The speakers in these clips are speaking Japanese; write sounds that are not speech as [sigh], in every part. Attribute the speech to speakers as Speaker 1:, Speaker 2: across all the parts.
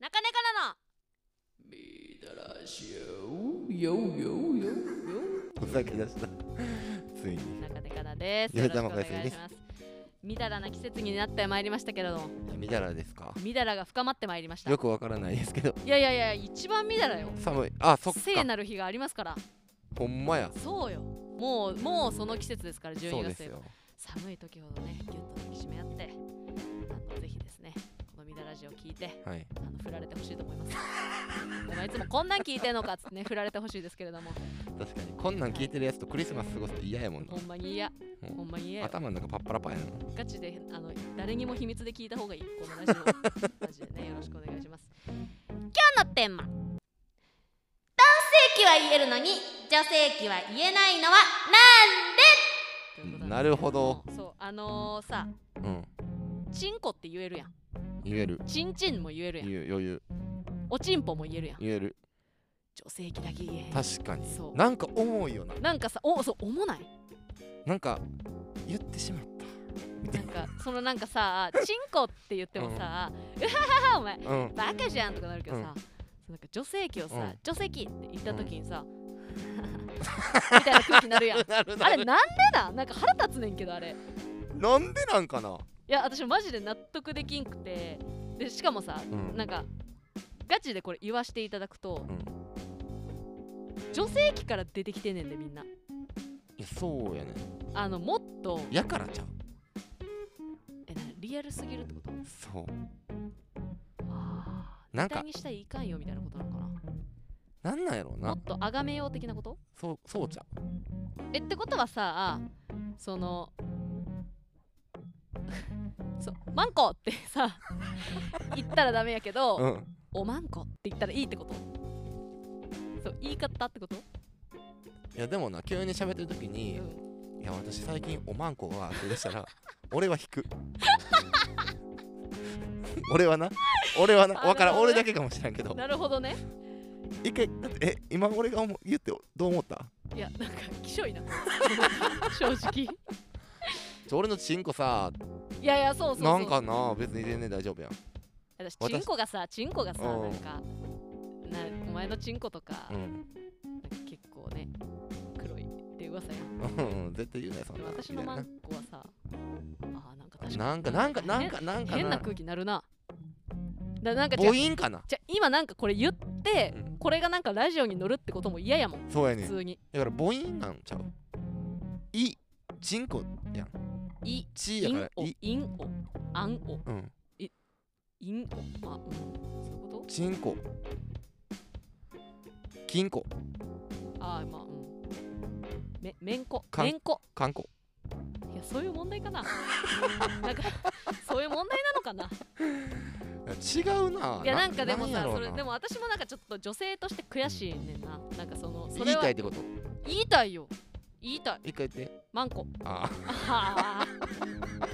Speaker 1: 中根からの
Speaker 2: ふざけ出したついに
Speaker 1: 中根からですよ
Speaker 2: よ
Speaker 1: ろしくお願
Speaker 2: ろしくお願
Speaker 1: い
Speaker 2: い
Speaker 1: し
Speaker 2: し
Speaker 1: ますみだらな季節になってまいりましたけれども
Speaker 2: みだらですか
Speaker 1: みだらが深まってまいりました
Speaker 2: よくわからないですけど
Speaker 1: いやいやいや一番みだらよ
Speaker 2: 寒いあそっ
Speaker 1: 聖
Speaker 2: か
Speaker 1: なる日がありますから
Speaker 2: ほんまや
Speaker 1: そうよもうもうその季節ですから
Speaker 2: そう
Speaker 1: 12
Speaker 2: です
Speaker 1: 月
Speaker 2: よ
Speaker 1: 寒い時ほどねぎゅっと抱きしめ合ってあのぜひですねこのみだらじを聞いて
Speaker 2: はい
Speaker 1: あの振られてほしいと思います
Speaker 2: [laughs]
Speaker 1: お前いつもこんなん聞いてんのかっつってね振られてほしいですけれども
Speaker 2: 確かにこんなん聞いてるやつとクリスマス過ごすって嫌やもんな
Speaker 1: ほんまに嫌
Speaker 2: うん
Speaker 1: ほんまに嫌よ
Speaker 2: 頭の中パッパラパやな
Speaker 1: ガチであの誰にも秘密で聞いた方がいいこのラジオマジでねよろしくお願いします今日のテーマ男性器は言えるのに女性器は言えないのはなんでということんですけれも
Speaker 2: なるほど
Speaker 1: そうあのー、さ
Speaker 2: うん
Speaker 1: チンコって言えるやん
Speaker 2: 言える
Speaker 1: チンチンも言えるやん
Speaker 2: 言う余裕
Speaker 1: おちんぽも言えるやん女
Speaker 2: 言える
Speaker 1: 性器だけ言え
Speaker 2: 確かに
Speaker 1: そう
Speaker 2: なんか重いよな
Speaker 1: なんかさおそう思わない
Speaker 2: なんか言ってしまった
Speaker 1: なんかそのなんかさチンコって言ってもさ、うはははお前
Speaker 2: うん
Speaker 1: バカじゃんとかなるけどさ、
Speaker 2: うん
Speaker 1: なんか女性器をさ、
Speaker 2: うん
Speaker 1: 女性器って言った時にさ、 [laughs] みたいな空気になるやん
Speaker 2: [laughs] なる
Speaker 1: あ
Speaker 2: な
Speaker 1: れ
Speaker 2: る
Speaker 1: なんでなんなんか腹立つねんけどあれい
Speaker 2: なんでなんかな
Speaker 1: や私マジで納得できんくてでしかもさ、
Speaker 2: うん
Speaker 1: なんかガチでこれ言わしていただくと、
Speaker 2: うん
Speaker 1: 女性器から出てきてんねんでみんない
Speaker 2: やそうやね
Speaker 1: あのもっと
Speaker 2: やからちゃう
Speaker 1: えなリアルすぎるってこと
Speaker 2: そう
Speaker 1: あー
Speaker 2: な
Speaker 1: 絶対
Speaker 2: んか
Speaker 1: にしたらいかんよみたいなことなのか
Speaker 2: なんなんやろう
Speaker 1: な
Speaker 2: な
Speaker 1: もっと崇めよう的なこと
Speaker 2: そうそうちゃう
Speaker 1: えってことはさその [laughs] そうマンコってさ
Speaker 2: [laughs]
Speaker 1: 言ったらダメやけど、
Speaker 2: うん
Speaker 1: おマンコって言ったらいいってことそう言い方ってこと、
Speaker 2: いやでもな急に喋ってる時
Speaker 1: う
Speaker 2: に、
Speaker 1: ん、
Speaker 2: いや私最近おまんこがって言い出したら俺は引く俺はな俺はな
Speaker 1: あ
Speaker 2: わからん
Speaker 1: なるほどね
Speaker 2: 俺だけかもしれんけど
Speaker 1: なるほどね
Speaker 2: 一回だってえ今俺が思う言ってどう思った
Speaker 1: いやなんかきしょい
Speaker 2: [laughs]
Speaker 1: な正直い
Speaker 2: ちょ俺のチンコさ
Speaker 1: やいやそうそうそう
Speaker 2: なんかな別に全然大丈夫やん
Speaker 1: 私
Speaker 2: 私
Speaker 1: チンコがさチンコがさ
Speaker 2: う
Speaker 1: なんんかなお前のチンコとか,、
Speaker 2: うん
Speaker 1: なんか結構ね黒いって噂やん
Speaker 2: うんうん絶対言うなよそん
Speaker 1: で
Speaker 2: な
Speaker 1: も私の
Speaker 2: みた
Speaker 1: マ
Speaker 2: い
Speaker 1: ンコはさあーなんか確かに
Speaker 2: ななんかなんかなんかなんか
Speaker 1: 変な
Speaker 2: な
Speaker 1: 空気になるな。だなんかじ
Speaker 2: 母
Speaker 1: ゃ
Speaker 2: 音かな
Speaker 1: じゃ今なんかこれ言って、
Speaker 2: うん
Speaker 1: これがなんかラジオに乗るってことも嫌やもん
Speaker 2: そうやね
Speaker 1: 普
Speaker 2: んだ
Speaker 1: 通に。
Speaker 2: から母音なんちゃういチンコやん
Speaker 1: い
Speaker 2: ち
Speaker 1: イ
Speaker 2: や
Speaker 1: ン
Speaker 2: から
Speaker 1: オ
Speaker 2: い
Speaker 1: インオアンオ
Speaker 2: うん
Speaker 1: インオあうんそういうこ
Speaker 2: チンコ金庫
Speaker 1: とあーまあうん。めめんこ
Speaker 2: かん
Speaker 1: めんこ
Speaker 2: 観光
Speaker 1: いやそういう問題か
Speaker 2: [laughs]
Speaker 1: な。なんかそういう問題なのかな。
Speaker 2: 違うない
Speaker 1: やなんかでも
Speaker 2: や
Speaker 1: さ
Speaker 2: ろう
Speaker 1: そ
Speaker 2: な
Speaker 1: れでも私もなんかちょっと女性として悔しいねんな。なんかそのそ
Speaker 2: 言
Speaker 1: れ
Speaker 2: い
Speaker 1: は
Speaker 2: たいってこと
Speaker 1: 言いたいよ。言いたい
Speaker 2: 一回言って
Speaker 1: マンコ。
Speaker 2: あ
Speaker 1: あー
Speaker 2: あ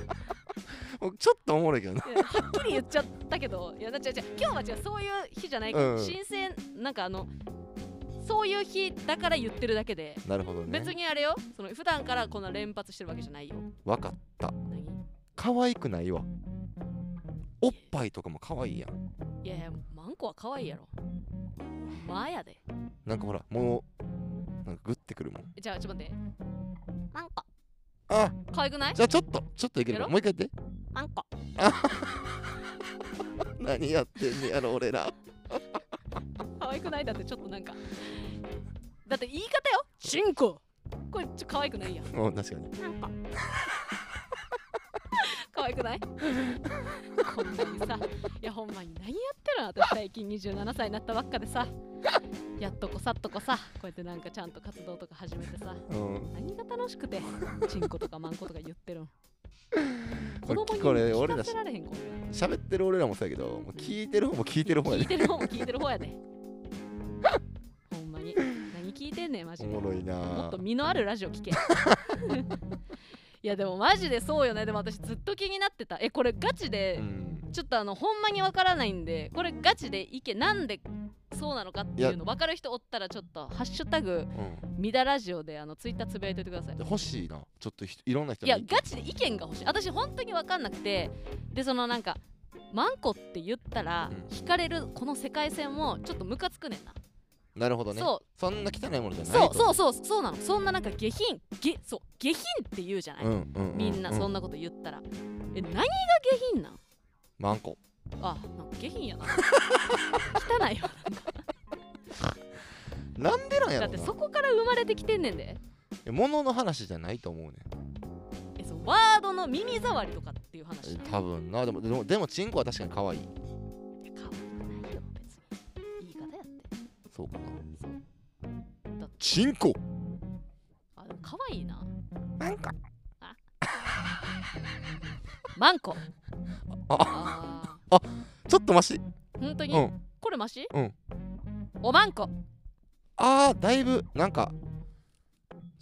Speaker 2: ちょっとおもろいけどない
Speaker 1: やはっきり言っちゃったけど、いや、だ違う違う、今日は違う、そういう日じゃないから、
Speaker 2: うん
Speaker 1: 新鮮、なんかあの、そういう日だから言ってるだけで、
Speaker 2: なるほどね
Speaker 1: 別にあれよ、その普段からこんな連発してるわけじゃないよ。
Speaker 2: わかっ
Speaker 1: 何
Speaker 2: 可愛くないわおっぱいとかも可愛いやん
Speaker 1: いやいや、マンコは可愛いやろ。マやで。
Speaker 2: なんかほらもうなんかグッてくるもん
Speaker 1: じゃあ、ちょっと待って。マンコ、
Speaker 2: あ
Speaker 1: 可愛くない
Speaker 2: じゃあちょっとちょっといけ
Speaker 1: や
Speaker 2: るか
Speaker 1: ろ
Speaker 2: もう一回言って
Speaker 1: マンコ。
Speaker 2: 何やってんねやろ俺ら [laughs]
Speaker 1: 可愛くないだって、ちょっとなんか。だって言い方よ、チンコ。これ、ちょっと可愛くないやん。
Speaker 2: うん確かに
Speaker 1: なんか [laughs] 可愛くないこんなにさいやほんまに何やってるの私最近27歳になったばっかでさやっとこさっとこさこうやってなんかちゃんと活動とか始めてさ
Speaker 2: うん
Speaker 1: 何が楽しくてチンコとかマンコとか言ってるの子供に
Speaker 2: これ俺
Speaker 1: 聞
Speaker 2: ら
Speaker 1: か
Speaker 2: し
Speaker 1: せられへんこん
Speaker 2: 喋ってる俺らもそうやけどもう聞いてる方も聞いてる方
Speaker 1: な
Speaker 2: や
Speaker 1: ん聞い
Speaker 2: で
Speaker 1: てる方も聞いてる方やでほんまに何聞いてんねんマジ
Speaker 2: お
Speaker 1: で
Speaker 2: もろいな
Speaker 1: もっと身のあるラジオ聞け。 [laughs] いやでもマジでそうよねでも私ずっと気になってたえこれガチで、
Speaker 2: うん
Speaker 1: ちょっとあのほんまにわからないんでこれガチでいけなんでそうなのかっていうの分かる人おったらちょっと「ハッシュタグ
Speaker 2: うん
Speaker 1: みだラジオ」であのツイッターつぶやいといてください
Speaker 2: 欲しいなちょっとひいろんな人
Speaker 1: いや
Speaker 2: の意見
Speaker 1: ガチで意見が欲しい私本当に分かんなくてでそのなんかマンコって言ったら
Speaker 2: うん
Speaker 1: 惹かれるこの世界線もちょっとムカつくねんな、
Speaker 2: なるほどね
Speaker 1: そ
Speaker 2: そんな汚いものじゃ
Speaker 1: う
Speaker 2: な
Speaker 1: そ
Speaker 2: いうと
Speaker 1: そうそうそうなのそんななんか下品下そう下品って言うじゃない、
Speaker 2: うんうんう
Speaker 1: みんなそんな
Speaker 2: な
Speaker 1: こと言ったら、え何が下品なん
Speaker 2: マンコ
Speaker 1: あなんか下品やな
Speaker 2: [laughs]
Speaker 1: 汚いよ
Speaker 2: なんでなんや
Speaker 1: だっ
Speaker 2: ろ
Speaker 1: て
Speaker 2: な
Speaker 1: そこから生まれてきてんねんで
Speaker 2: え物の話じゃないと思うね
Speaker 1: えそうワードの耳障りとかっていう話
Speaker 2: ん多分なでもでもでもチンコは確かに可愛い
Speaker 1: いや可愛くないよ別に言い方やって
Speaker 2: そうかな
Speaker 1: だって
Speaker 2: チンコ
Speaker 1: あでも可愛いな
Speaker 2: マンコ
Speaker 1: マンコ
Speaker 2: あ
Speaker 1: あ
Speaker 2: ちょっとマシ
Speaker 1: ー本当に、
Speaker 2: うん
Speaker 1: これマシ、
Speaker 2: うん
Speaker 1: おマンコ
Speaker 2: あーだいぶなんか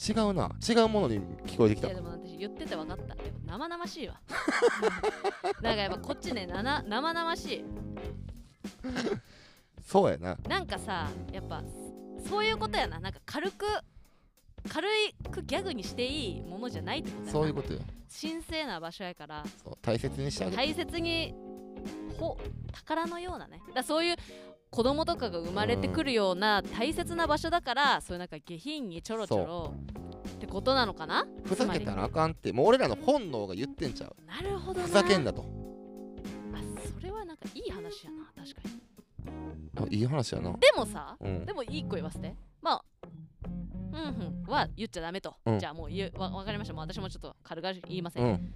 Speaker 2: 違うな違うものに聞こえてき
Speaker 1: い
Speaker 2: た
Speaker 1: やでも私言ってて分かったでも生々しいわなんかやっぱこっちねなな生々しい
Speaker 2: そうやな
Speaker 1: なんかさやっぱそういうことやななんか軽く軽くギャグにしていいものじゃないってことやな
Speaker 2: そういうことよ
Speaker 1: 神聖な場所やから
Speaker 2: そう大切にしてあげる
Speaker 1: 大切にほ宝のようなねだそういう子供とかが生まれてくるような大切な場所だから、そういうなんか下品にちょろちょろってことなのかな
Speaker 2: ふざけた
Speaker 1: つ
Speaker 2: ら
Speaker 1: ま
Speaker 2: あかんってもう俺らの本能が言ってんちゃう
Speaker 1: りなるほどな
Speaker 2: ふざけんなと
Speaker 1: あそれはなんかいい話やな確かに
Speaker 2: あいい話やな
Speaker 1: でもさ
Speaker 2: うん
Speaker 1: でもいい個言わせてまあうんうんは言っちゃダメと、
Speaker 2: うん
Speaker 1: じゃあもう言うわわかりましたもう私もちょっと軽々しく言いません、
Speaker 2: うん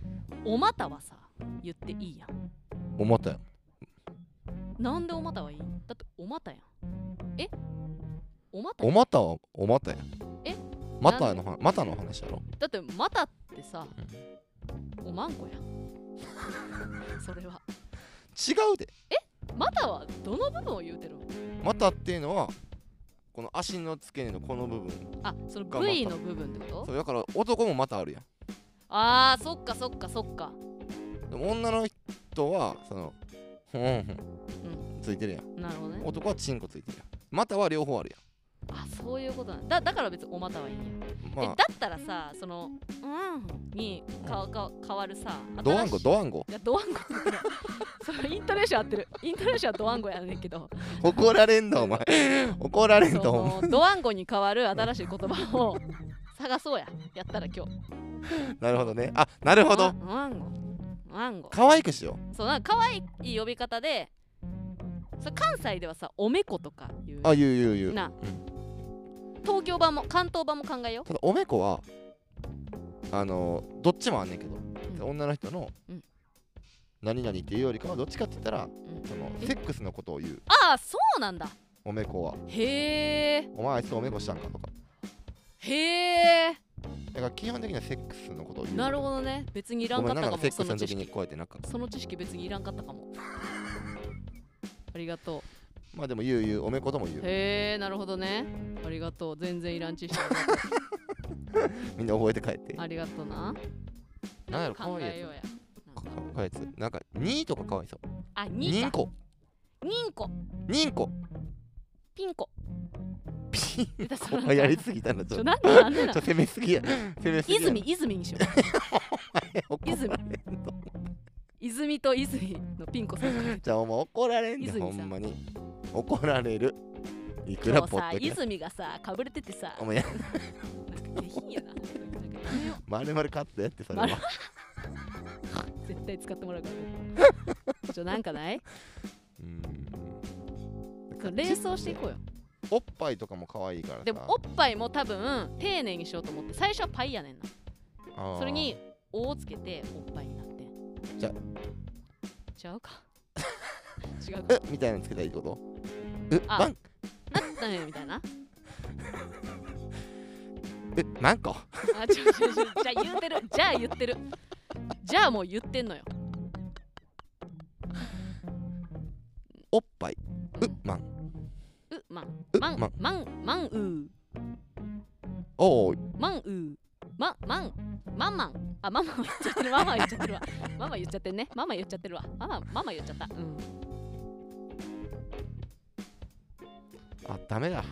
Speaker 1: おまたはさ言っていいやん
Speaker 2: 思ったよ
Speaker 1: なんでおまたはいいだっておまたやんえおまた
Speaker 2: おまたはおまたや
Speaker 1: え
Speaker 2: またの話またの話やろ
Speaker 1: だってまたってさ、おまんこやん [laughs] それは
Speaker 2: 違うで
Speaker 1: またはどの部分を言うてるの
Speaker 2: またっていうのはこの足の付け根のこの部分
Speaker 1: あその
Speaker 2: がまた
Speaker 1: 部位の部分ってこと
Speaker 2: そうだから男もまたあるやん
Speaker 1: あーそっかそっかそっか
Speaker 2: でも女の人はそのふんふんついてるやん
Speaker 1: なるほどね
Speaker 2: 男はチンコついてるやんまたは両方ある
Speaker 1: あそういうことなんだだから別におまたはいいやん
Speaker 2: やん
Speaker 1: え
Speaker 2: ま
Speaker 1: だったらさその「うん」にかか変わるさ
Speaker 2: あドワンゴ
Speaker 1: ド
Speaker 2: ドワンゴ
Speaker 1: いやドワンゴって言ってない [laughs] そのイントネーション合ってるイントネーションはドワンゴやねんけど
Speaker 2: 怒られんだ
Speaker 1: [laughs]
Speaker 2: お前怒られん
Speaker 1: そ
Speaker 2: だお前
Speaker 1: のドワンゴに変わる新しい言葉を探そうややったら今日
Speaker 2: なるほどねあなるほ
Speaker 1: ド
Speaker 2: ど
Speaker 1: ワンゴドワンゴ
Speaker 2: 可愛くしよ
Speaker 1: そうなんか可愛い呼び方でそれ関西ではさおめことかいう
Speaker 2: うあ言う言う言う
Speaker 1: な東京版も関東版も考えよ
Speaker 2: ただおめこはあのーどっちもあんねんけど、
Speaker 1: うん
Speaker 2: 女の人の、
Speaker 1: うん
Speaker 2: 何々っていうよりかはどっちかって言ったら
Speaker 1: う、うん
Speaker 2: その
Speaker 1: え
Speaker 2: セックスのことを言う
Speaker 1: ああそうなんだ
Speaker 2: おめこは
Speaker 1: へえ
Speaker 2: お前あいつとおめこしたんかとか
Speaker 1: へえ
Speaker 2: だから基本的にはセックスのことを言う
Speaker 1: なるほどね別にいら
Speaker 2: ご
Speaker 1: んか
Speaker 2: め
Speaker 1: っ
Speaker 2: んな
Speaker 1: たか
Speaker 2: な
Speaker 1: も
Speaker 2: んかセッ
Speaker 1: そ
Speaker 2: クス
Speaker 1: の
Speaker 2: の
Speaker 1: 知
Speaker 2: 時に
Speaker 1: 識
Speaker 2: こうやってなんか
Speaker 1: その知識別にいらんかったかもありがと
Speaker 2: まあでも言う言うおめことも言
Speaker 1: う
Speaker 2: う
Speaker 1: へえなるほどねありがとう全然いらん知識
Speaker 2: みんな覚えて帰って
Speaker 1: ありがとうな
Speaker 2: なんやろ可
Speaker 1: 考
Speaker 2: 愛
Speaker 1: え
Speaker 2: いや
Speaker 1: ようや
Speaker 2: つか可愛いやつなんか2とか可愛そう
Speaker 1: あ2
Speaker 2: 2
Speaker 1: か
Speaker 2: 個
Speaker 1: 2個
Speaker 2: 2個
Speaker 1: [laughs] ピンコ
Speaker 2: ピン
Speaker 1: 出たそ
Speaker 2: コ
Speaker 1: うなん
Speaker 2: は
Speaker 1: だ
Speaker 2: やりすぎたなち
Speaker 1: ち
Speaker 2: ょ
Speaker 1: ょ
Speaker 2: っと
Speaker 1: なんでなんで
Speaker 2: ちょ
Speaker 1: な
Speaker 2: っと攻めすぎや攻めすぎや [laughs]
Speaker 1: 泉泉にしよう
Speaker 2: 怒られんの
Speaker 1: 泉と泉のピンコさんが
Speaker 2: じゃあお前怒られんね
Speaker 1: 泉
Speaker 2: ほ
Speaker 1: さん
Speaker 2: んまに怒られるいく
Speaker 1: 今
Speaker 2: ら
Speaker 1: 日
Speaker 2: ポ
Speaker 1: さ
Speaker 2: ッドキャスト
Speaker 1: 泉がさかぶれててさ
Speaker 2: お前や
Speaker 1: なんか下品やななんかやめよう
Speaker 2: まるまるカットやってそれは
Speaker 1: 丸絶対使ってもらうからちょなんかないう
Speaker 2: ーん
Speaker 1: そう連想していこうよ
Speaker 2: おっぱいとかも可愛いからさ
Speaker 1: でもおっぱいも多分丁寧にしようと思って最初はパイやねんな
Speaker 2: あー
Speaker 1: それに「お」をつけておっぱいになって
Speaker 2: じゃ
Speaker 1: ちゃうか [laughs] 違うか
Speaker 2: えみたいなのつけたらいいってことえ
Speaker 1: あ
Speaker 2: マン
Speaker 1: なったんやみたいな
Speaker 2: えマンコ
Speaker 1: あちょちょちょじゃあ言ってるじゃあ言ってるじゃあもう言ってんのよ
Speaker 2: おっぱいうマン
Speaker 1: うまん
Speaker 2: う
Speaker 1: ま
Speaker 2: マ
Speaker 1: ん
Speaker 2: ン
Speaker 1: まんまんうー
Speaker 2: おー
Speaker 1: まんうーままんまんまんあママは言っちゃってるママは言っちゃってるわママ言っちゃってんねママ言っちゃってるわママママ言っちゃったうん
Speaker 2: あダメだ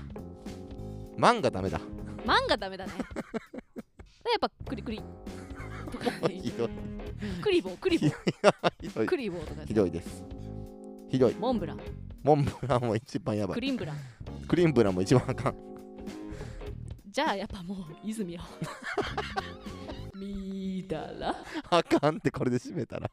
Speaker 2: マンがダメだ [laughs]
Speaker 1: マンがダメだねやっぱクリクリとか
Speaker 2: [laughs] ひどい
Speaker 1: クリボークリボー
Speaker 2: ひどい
Speaker 1: クリボーとか
Speaker 2: ひどいですひどい
Speaker 1: モンブラン
Speaker 2: モンブランも一番やば
Speaker 1: ク
Speaker 2: い
Speaker 1: リンブラン
Speaker 2: クリーンブランも一番あかん
Speaker 1: じゃあやっぱもう
Speaker 2: [laughs]
Speaker 1: 泉よ見たら
Speaker 2: あかんってこれで締めたら